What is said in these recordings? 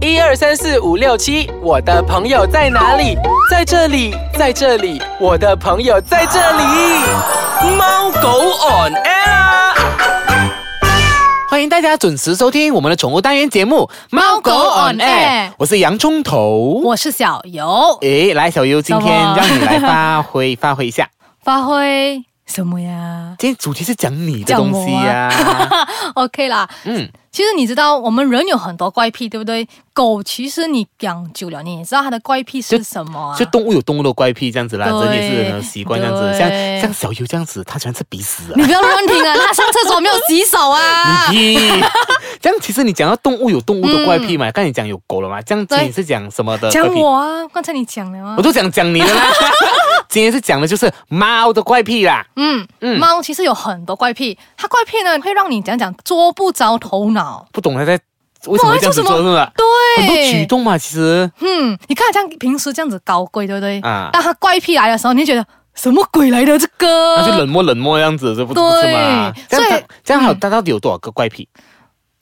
一二三四五六七，我的朋友在哪里？在这里，在这里，我的朋友在这里。猫狗 on air 啊。欢迎大家准时收听我们的宠物单元节目《猫狗 on air》，我是洋葱头。我是小游，诶，来，小优，今天让你来发挥发挥一 下。发挥什么呀今天主题是讲你的东西呀、 啊？OK 啦， 嗯，其实你知道我们人有很多怪癖，对不对？狗其实你养久了，你也知道它的怪癖是什么啊就？动物有动物的怪癖这样子啦，对人也是人的习惯这样子。像对像小优这样子，他喜欢吃鼻屎啊你。不要乱听 啊！它上厕所没有洗手啊！你屁！ 这样其实你讲到动物有动物的怪癖嘛，刚才你讲有狗了嘛，这样子嗯对你是讲什么的怪讲癖？我啊，刚才你讲了啊我。都讲讲你的 啦。今天是讲的就是猫的怪癖啦。嗯嗯猫其实有很多怪癖，它怪癖呢会让你讲讲捉不着头脑。不懂他在为什么会这样子做，是吧？很多举对，动嘛，其实嗯，你看像平时这样子高贵，对不对？啊，当它怪癖来的时候，你就觉得什么鬼来的这个？那就冷漠冷漠这样子，这不不是吗？这对样所以他这样好，嗯他到底有多少个怪癖？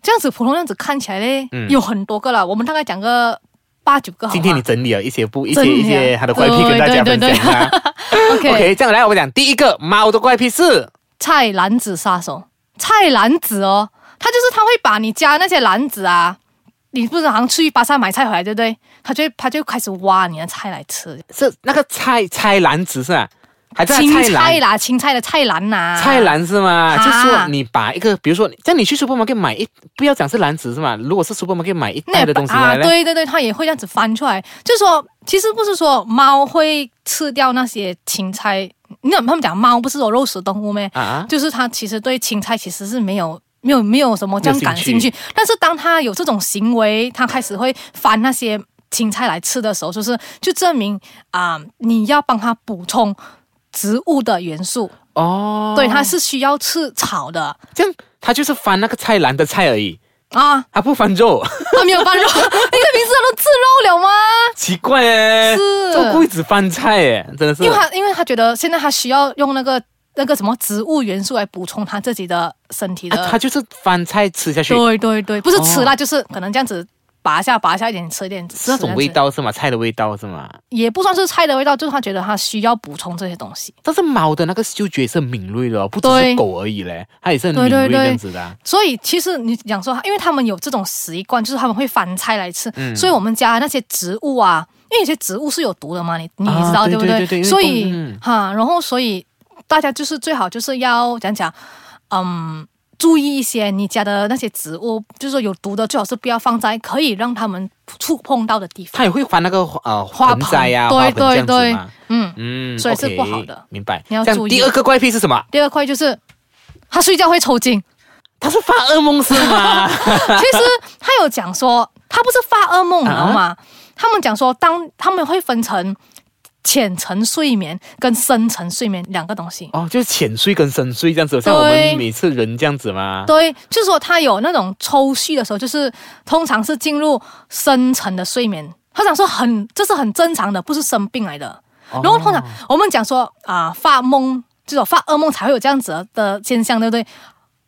这样子普通样子看起来嘞，嗯有很多个了，我们大概讲个八九个好吗。今天你整理了一些不一些整理啊一些他的怪癖跟大家分享哦啊。 OK OK，这样来我们讲第一个猫的怪癖是菜篮子杀手，菜篮子哦，他就是他会把你家那些篮子啊，你不是好像去巴萨买菜回来对不对？他就会他就开始挖你的菜来吃，是那个菜菜篮子是吧？还在青哎菜菜篮。啦，青菜的菜篮呐、菜篮是吗？啊就是说你把一个，比如说，像你去 supermarket 买一，不要讲是篮子是吗？如果是 supermarket 买一袋的东西啊，来呢，对对对，它也会这样子翻出来。就说其实不是说猫会吃掉那些青菜，你怎么他们讲猫不是有肉食动物咩？啊，就是他其实对青菜其实是没有。没有没有什么这样感兴没有兴趣，但是当他有这种行为，他开始会翻那些青菜来吃的时候，就是就证明啊、你要帮他补充植物的元素，哦，对，他是需要吃 草的这样，他就是翻那个菜篮的菜而已，啊，他不翻 肉。他没 有翻肉，那个名字都吃肉了吗？奇怪哎，是做柜子翻菜哎，真的是因为他因为他觉得现在他需要用那个那个什么植物元素来补充他自己的身体的，啊他就是翻菜吃下去，呃对对对，不是吃啦，就是可能这样子拔一下拔一下一点哦吃一点，是那种味，道是吗？菜的味道是吗？也不算是啊菜的味道，就是他觉得他需要补充这些东西，但是猫的那个嗅觉是很敏锐的哦，不只是对狗而已嘞，它也是很敏对锐对这样对子的啊。所以其实你讲说，因为他们有这种习惯，就是他们会翻菜来吃，嗯所以我们家那些植物啊，因为有些植物是有毒的嘛，你你啊知道、对不对对对因为所动以物嗯哈、然后所以大家就是最好就是要讲讲，嗯。注意一些你家的那些植物，就是说有毒的，最好是不要放在可以让他们触碰到的地方。它也会翻那个呃花盆栽呀、盆花盆这样子对对嘛。嗯，嗯，所以是 OK，不好的明白。你要这样注意第二个怪癖是什么？第二块就是他睡觉会抽筋。他是发噩梦是 吗？其实他有讲说，他不是发噩梦，你知道吗？他们讲说，当他们会分成浅层睡眠跟深层睡眠两个东西。哦，就是浅睡跟深睡这样子，像我对们每次人这样子嘛。对，就是说他有那种抽蓄的时候，就是通常是进入深层的睡眠。他讲说很，这是很正常的，不是生病来的。哦然后通常我们讲说啊、发梦这种发噩梦才会有这样子的现象，对不对？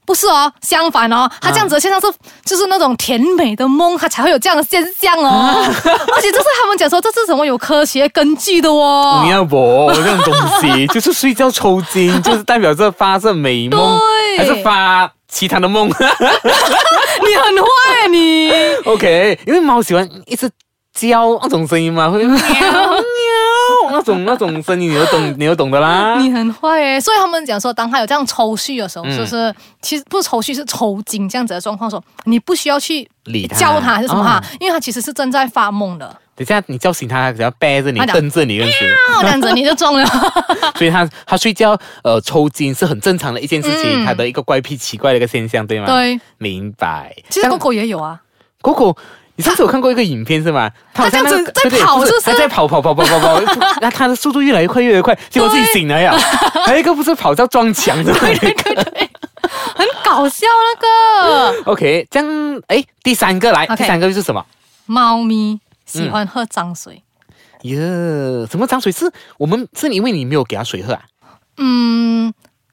不是哦，相反哦，他这样子的现象是、就是那种甜美的梦，他才会有这样的现象哦。啊 而且这是他们讲说这是什么有科学根据的哦。 你要我这种东西，就是睡觉抽筋，就是代表着发这美梦，对还是发其他的梦 你很坏你。 ？OK，因为猫喜欢一直叫那种声音嘛，会喵喵那种那种声音，你都 懂，你都懂的啦。你很坏耶！所以他们讲说，当他有这样抽蓄的时候，啊嗯就是其实不是抽蓄，是抽筋这样子的状况的时候，你不需要去理它教他还是什么哈、哦因为他其实是正在发 梦的，等一下你叫醒它，它只要背着你它，讲瞪着你认识。啊，这样子你就中了。所以它它睡觉呃抽筋是很正常的一件事情，嗯它的一个怪癖奇怪的一个现象， 对吗？，对，明白。其实狗狗也有 啊，狗狗，你上次有看过一个影片是 吗？它好像那个它这样子在跑对对是不是它在跑跑跑跑跑跑， 那它的速度越来越快越来越快，结果自己醒来呀。还有一个不是跑到撞墙 的那个。很搞笑那个 OK，这样哎，第三个来， OK 第三个就是什么？猫咪喜欢喝脏水。耶，什么脏水是我们是因为你没有给它水喝啊？嗯，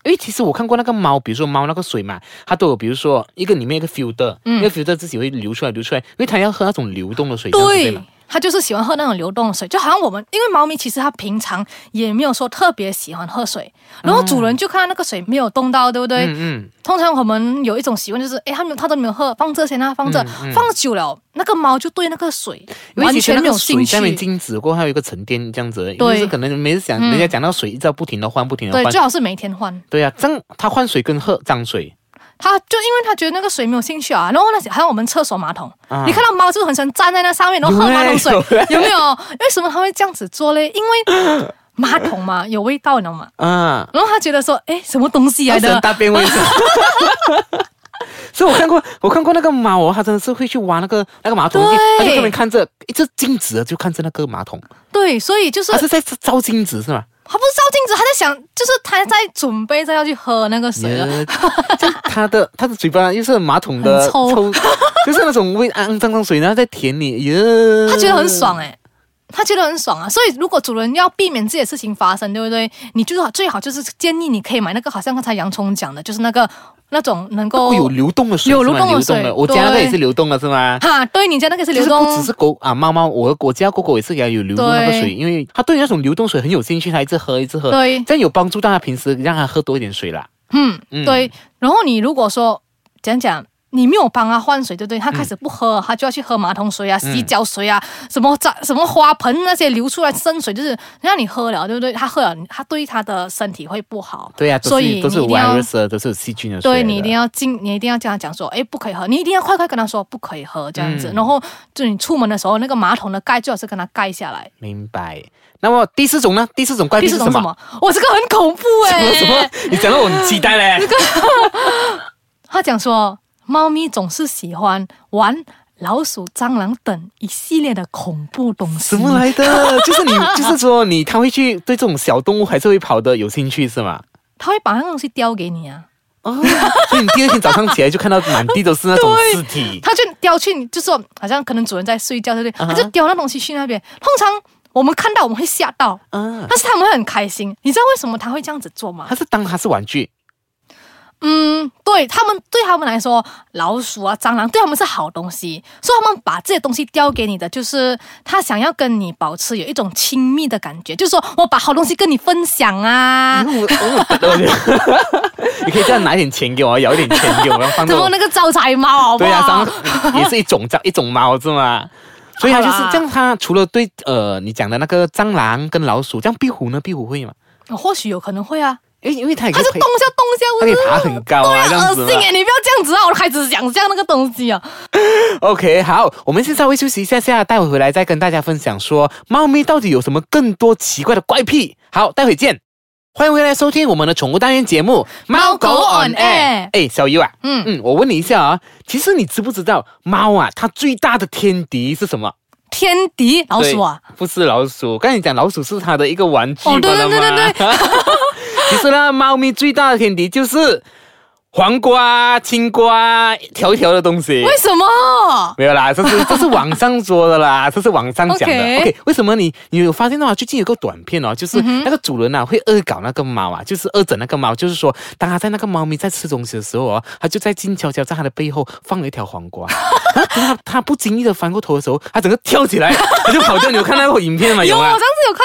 因为其实我看过那个猫，比如说猫那个水嘛，它都有，比如说一个里面有一个 filter，、那嗯个 filter 自己会流出来，流出来，因为它要喝那种流动的水，这样子对对吗？，它就是喜欢喝那种流动的水，就好像我们，因为猫咪其实它平常也没有说特别喜欢喝水，然后主人就看到那个水没有动到，对不对？嗯通常我们有一种习惯就是，哎，它没有，它都没有喝，放这先啊，嗯放这，放久了，那个猫就对那个水因为完其实全那没个有水兴下面趣。静止过后，还有一个沉淀这样子，就对是可能每次想、人家讲到水，一直要不停的换，不停的对，换最，好是每天换。对呀、啊，脏它换水跟喝脏水，它就因为它觉得那个水没有兴趣啊，然后那些还有我们厕所马桶，啊你看到猫就是很喜欢站在那上面，然后喝马桶水，有欸有没有？为什么它会这样子做嘞？因为马桶嘛有味道，你知道吗？啊，然后他觉得说，哎，什么东西来它喜欢的？大便卫生。 所以我看过，我看过那个猫哦，它真的是会去挖那个那个马桶，对它就特别看着一直静止的，就看着那个马桶，对，所以就是它啊是在照镜子是吗？他不是照镜子，他在想，就是他在准备再要去喝那个水了。耶就它的它的嘴巴又是马桶的很臭就是那种味肮肮脏脏水，然后在舔你，耶、他觉得很嗯爽哎、他觉得很爽啊。所以如果主人要避免这些事情发生，对不对？你就是最好就是建议你可以买那个，好像刚才洋葱讲的，就是那个那种能够会有流动的水是吗，有流动的水流我家那个也是流动的是吗？哈，对你家那个是流动，就是不只是狗啊，猫猫，我我家狗狗也是给它有流动那个对水，因为它对那种流动水很有兴趣，它一直喝一直喝，对这样有帮助到它平时让它喝多一点水啦。嗯，嗯对。然后你如果说讲讲。你没有帮他换水，对不对？他开始不喝，他就要去喝马桶水啊、洗脚水啊、什么脏、什么花盆那些流出来生水，就是让你喝了，对不对？他喝了，他对他的身体会不好。对呀、啊，都所是以都是你有一定要 virus 的，都是有细菌的水来的。对你一定要进，你一定要这样讲说，哎，不可以喝，你一定要快快跟他说不可以喝这样嗯子。然后就你出门的时候，那个马桶的盖最好是跟他盖下来。明白。那么第四种呢？第四种怪第癖是四种什什么？么？我这个很恐怖 哎、什么？ 你讲到我很期待嘞。他讲说，猫咪总是喜欢玩老鼠、蟑螂等一系列的恐怖东西。什么来的？就是你， 就是说你，它会去对这种小动物还是会跑的有兴趣是 吗？他会把那个东西叼给你啊，哦，所以你第二天早上起来就看到满地都是那种尸体。他就叼去你，就说好像可能主人在睡觉，对不对？啊哈他就叼那东西去那边。通常我们看到我们会吓到，啊，但是他们会很开心。你知道为什么他会这样子做吗它？是当它是玩具。嗯，对他们对他们来说，老鼠啊、蟑螂对他们是好东西，所以他们把这些东西叼给你的，就是他想要跟你保持有一种亲密的感觉，就是说我把好东西跟你分享啊。我我我觉得 你可以这样拿一点钱给我，摇一点钱给我，然后放怎到么我。那个招财猫好不对好？啊，然后也是一种蟑一种猫是吗？所以它就是好啦这样，它除了对呃你讲的那个蟑螂跟老鼠，这样壁虎呢？壁虎会吗？或许有可能会啊，因为因为它也它可以就动一下动一下，它可以爬很高啊，这对啊，样恶子心嘛。哎、你不要这样子啊！我都开始想象那个东西啊， OK，好，我们先稍微休息一下下，待会回来再跟大家分享说猫咪到底有什么更多奇怪的怪癖。好，待会见。欢迎回来收听我们的宠物单元节目《猫狗 on air 哎，小优啊，嗯嗯，我问你一下啊，其实你知不知道猫啊，它最大的天敌是什么？天敌老鼠啊，对，不是老鼠。刚才你讲老鼠是它的一个玩具哦对罢了对对对嘛 其实呢，猫咪最大的天敌就是黄瓜、青瓜一条一条的东西。为什么？没有啦， 这是这是网上说的啦， 这是网上讲的。 OK 嗯 OK，为什么你你有发现到啊？最近有个短片哦，就是那个主人啊会恶搞那个猫啊，就是恶整那个猫，就是说当他在那个猫咪在吃东西的时候哦，他就在静悄悄在它的背后放了一条黄瓜， 然后等他他不经意的翻过头的时候，他整个跳起来， 他就跑掉。你有看到那个影片吗？ 有，有我啊上。次有看就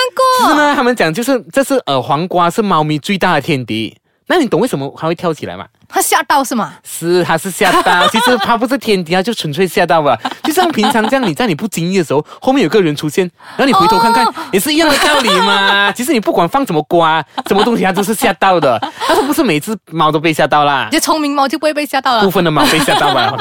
是过。呢，他们讲就是这是呃黄瓜是猫咪最大的天敌。那你懂为什么它会跳起来吗？它吓到是吗？是，它是吓到，啊其实它不是天敌，啊它就纯粹吓到了。就像平常这样，你在你不经意的时候，后面有个人出现，然后你回头看看，也是一样的道理嘛。其实你不管放什么瓜、什么东西，它都是吓到的。但是不是每只猫都被吓到啦你？这聪明猫就不会被吓到了部。分的猫被吓到了。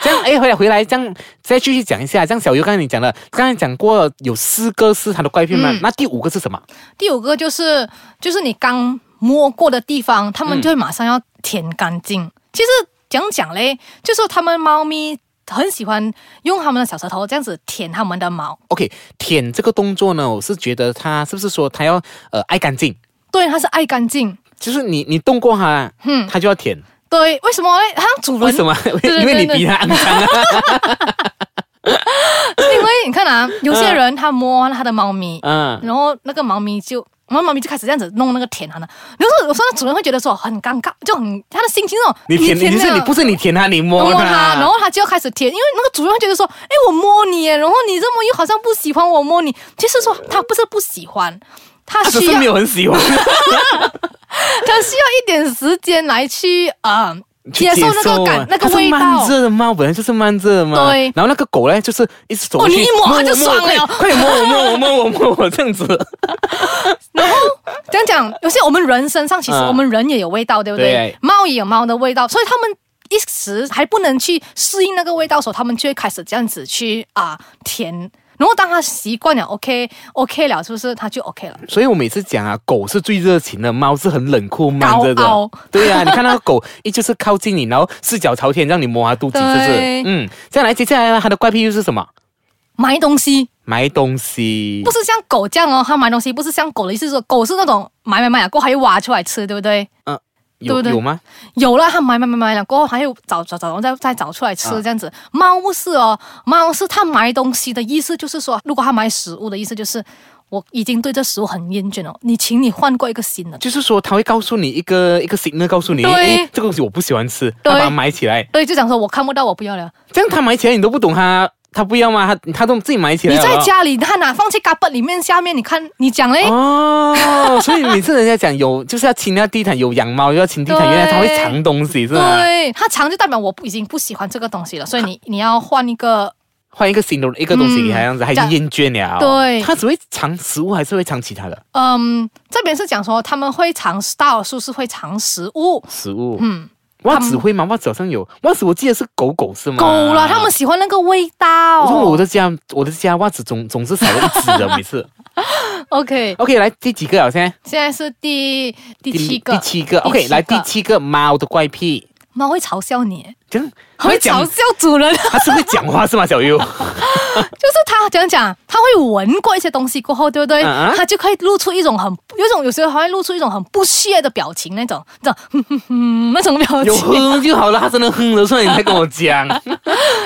这样，哎，回来回来，这样再继续讲一下。这样，小优刚才你讲了，刚才讲过有四个是它的怪癖嘛，那第五个是什么？第五个就是就是你刚摸过的地方，他们就会马上要舔干净。其实讲讲嘞，就是他们猫咪很喜欢用它们的小舌头这样子舔它们的毛， OK，舔这个动作呢，我是觉得它是不是说它要呃爱干净，对，它是爱干净。就是你你动过它，嗯，它就要舔，对，为什么啊嘞？好像主人为什么？对因为你比它肮脏 啊。因为你看啊，有些人他摸他的猫咪，嗯，然后那个猫咪就然后妈咪就开始这样子弄那个舔它呢。然后我说那主人会觉得说很尴尬，就很他的心情那种你舔，你那是个你不是你舔它，你我摸摸它，它，然后它就要开始舔，因为那个主人会觉得说，哎，我摸你耶，然后你这么又好像不喜欢我摸你，其实说他不是不喜欢，他它只需啊是要没有很喜 欢。他需要一点时间来去呃去接受那个感啊那个它是味道慢。热的猫本来就是慢热的嘛。对然后那个狗呢，就是一直走哦过去，你一摸它就摸我爽了快点摸我，摸我，摸我，摸我，摸我这样 子。这样讲，有些我们人身上其实嗯我们人也有味道，对不对？对猫也有猫的味道，所以他们。一时还不能去适应那个味道的时候，他们就会开始这样子去啊、舔，然后当他习惯了，OK OK 了，是不是他就 OK 了？所以我每次讲啊，狗是最热情的，猫是很冷酷慢热高傲的。对呀、啊，你看那个狗，一就是靠近你，然后四脚朝天，让你摸它肚子，是不对是？嗯，再来，接下来呢，它的怪癖又是什么？买东西买东西不。是像狗这样哦，它买东西不是像狗的意思是说，狗是那种买买买了过后还挖出来吃，对不对？有对不对有吗？有了，他买买买买了过后，还有找找找，然后再再找出来吃啊这样子。猫不是哦，猫是它买东西的意思就是说，如果它买食物的意思就是我已经对这食物很厌倦了，你请你换过一个新的。就是说，它会告诉你一个一个 signal，告诉你，对哎，这个东西我不喜欢吃，它对把它埋起来。对，就讲说我看不到，我不要了。这样它埋起来，你都不懂它，它不要吗？它它都自己埋起来你了。在家里看啊，放弃嘎巴里面下面，你看你讲嘞，哦，所以每次人家讲有就是要清掉地毯，有养猫又要清地毯，对原来它会藏东西是啊吗？对，它长就代表我不已经不喜欢这个东西了，所啊以你你要换一个。换一个新的一个东西嗯给它这样子，它已这样经厌倦了。对它只会藏食物，还是会藏其他的嗯，这边是讲说他们会尝试，大多数是会尝食物，食物？嗯，袜它子们会吗？袜子好像有，袜子我记得是狗狗是吗？狗了，他们。喜欢那个味道。嗯我说我的家，我的家袜子总总是少了一只的，每次。 OK， OK，来第几个了？现在现在是第第七个，第七个。OK，来第七个猫的怪癖，猫会嘲笑你，这样它会嘲笑主人， 就它是会讲话是吗？小 优，是它讲讲，它会闻过一些东西过后，对不对？嗯嗯它就可以露出一种很有一种有时候还会露出一种很不屑的表情，那种那种哼哼哼 那种表有情。哼就好了，他真的哼了，所以你才跟我 讲。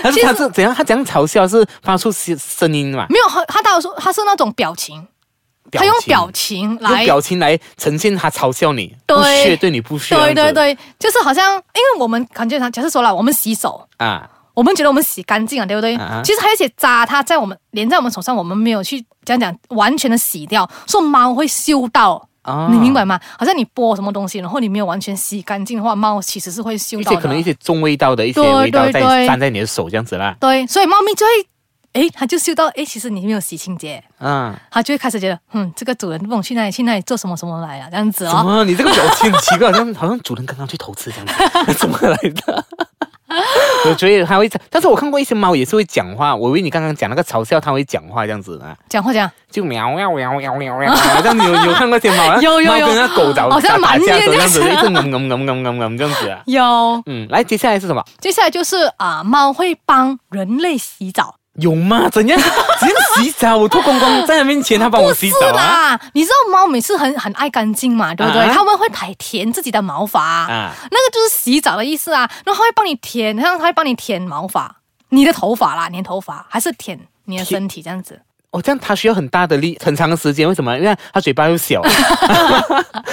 但是他是怎样？他怎样嘲笑？是发出声声音嘛？没有，它它到时候它是那种表情，它用表情用来，表情来呈现他嘲笑你，对不屑啊对你不屑，这对对样子对，就是好像，因为我们感觉上，假设说了，我们洗手，啊，我们觉得我们洗干净了，对不对？啊其实还有一些渣，它在我们连在我们手上，我们没有去讲讲完全的洗掉，所以猫会嗅到。哦你明白吗？好像你剥什么东西，然后你没有完全洗干净的话，猫其实是会嗅一到些的。可能一些重味道的一些对味道对在对粘在你的手这样子啦，对，所以猫咪就会，诶，它就嗅到，诶，其实你没有洗清洁，啊。它就会开始觉得，嗯，这个主人不懂去哪里去哪里做什么什么来了，这样子怎哦。么？你这个表情很奇怪，好像好像主人刚刚去投资这样子， 怎么来的？我觉得他会，但是我看过一些猫也是会讲话。我以为你刚刚讲那个嘲笑，它会讲话这样子啊。讲话讲，就喵喵喵喵喵喵，好像你有有看过天猫，啊 有有猫有跟那狗打好像打蛮架的时候虐这样子，这一样直嗯嗯嗯嗯嗯嗯这样子啊。有。嗯，来，接下来是什么？接下来就是啊、猫会帮人类洗澡。有吗？怎样？ 怎样洗澡？我脱光光在他面前，他帮我洗是澡啊？啦，你知道猫每次很很爱干净嘛，对不对？啊它们会舔舔自己的毛发，啊那个就是洗澡的意思啊。然后它会帮你舔，然后它会帮你舔毛发，你的头发啦，你的头发还是舔你的身体这样子。哦，这样他需要很大的力，很长的时间。为什么？因为他嘴巴又 小，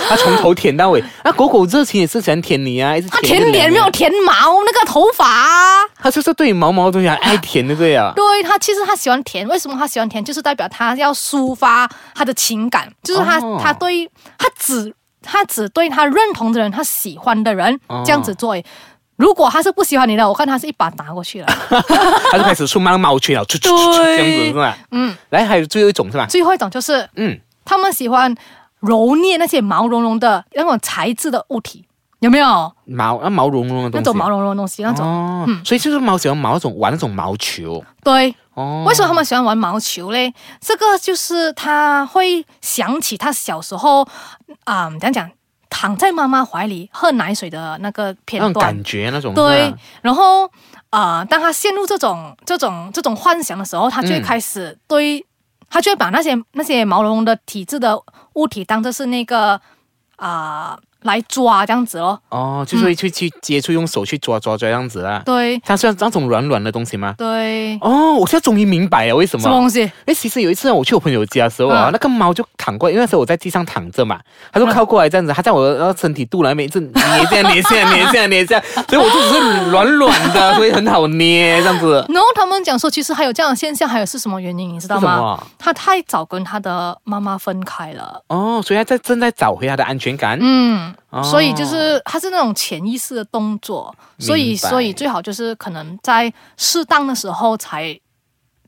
他从头舔到尾。那狗狗热情也是喜欢舔你啊，一直它舔你舔脸没有？舔毛，那个头发啊，他就是对毛毛的东西很爱舔，对不对 啊？对它其实它喜欢舔，为什么它喜欢舔？就是代表它要抒发它的情感，就是它哦它对它只它只对它认同的人，它喜欢的人哦这样子做。如果它是不喜欢你的，我看它是一把打过去了。他就开始出猫毛圈了，出出出这样子是吧？嗯，来，还有最后一种是吧？最后一种就是嗯，他们喜欢揉捏那些毛茸茸的那种材质的物体，有没有？毛那毛茸茸的东西，那种毛茸茸的东西，那种、嗯哦，所以就是猫喜欢毛那种玩那种毛球对。哦。为什么他们喜欢玩毛球嘞？这个就是他会想起他小时候，啊、怎样讲，躺在妈妈怀里喝奶水的那个片那种段感。觉那种是对吧，然后啊、呃当他陷入这种这种这种幻想的时候，他就会嗯开始对，他就会把那些那些毛茸茸的体质的物体当做是那个啊、来抓这样子哦。哦，就是会去去接触，用手去抓抓抓这样子啊。对它是那种软软的东西吗？对，哦，我现在终于明白了为什什么么。东西？哎，其实有一次啊我去我朋友家的时候啊，嗯那个猫就躺过来，因为那时候我在地上躺着嘛，它就靠过来这样子，它在我的身体肚腩那边一直捏这样捏这样捏这样捏这样，所以我就只是软软的，所以很好捏这样 子。然后他们讲说，其实还有这样的现象，还有是什么原因？你知道是什吗么？啊他太早跟他的妈妈分开了，哦，所以它在正在找回它的安全感。嗯，哦所以就是他是那种潜意识的动作，所以明白所以最好就是可能在适当的时候才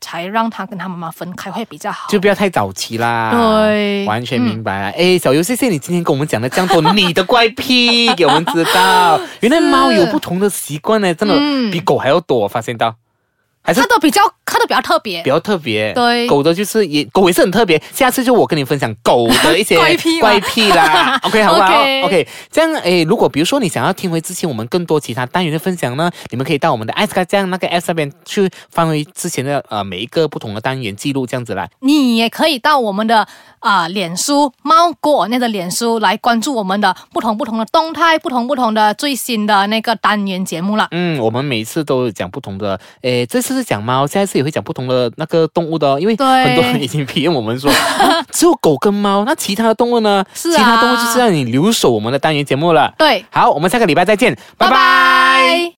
才让他跟他妈妈分开会比较好。就不要太早期啦。对嗯完全明白了。哎、小游，谢谢你今天跟我们讲了这样多你的怪癖，给我们知道，原来猫有不同的习惯呢，真的嗯比狗还要多，我发现到，还是他都比较，他都比较特别比。较特别。对狗的就是也狗也是很特别。下次就我跟你分享狗的一些 怪癖吗怪癖 啦。OK，好不好 OK ？OK，这样诶，如果比如说你想要听回之前我们更多其他单元的分享呢，你们可以到我们的艾斯卡这样那个 App 上面去翻回之前的呃每一个不同的单元记录这样子啦。你也可以到我们的啊、脸书猫果那的脸书来关注我们的不同不同的动态，不同不同的最新的那个单元节目了。嗯，我们每次都有讲不同的，诶，这次是讲猫，下一次也会讲不同的那个动物的哦，因为对很多人已经批评我们 说、啊只有狗跟猫，那其他的动物呢？是啊其他动物就是让你留守我们的单元节目了。对，好，我们下个礼拜再见，拜拜拜拜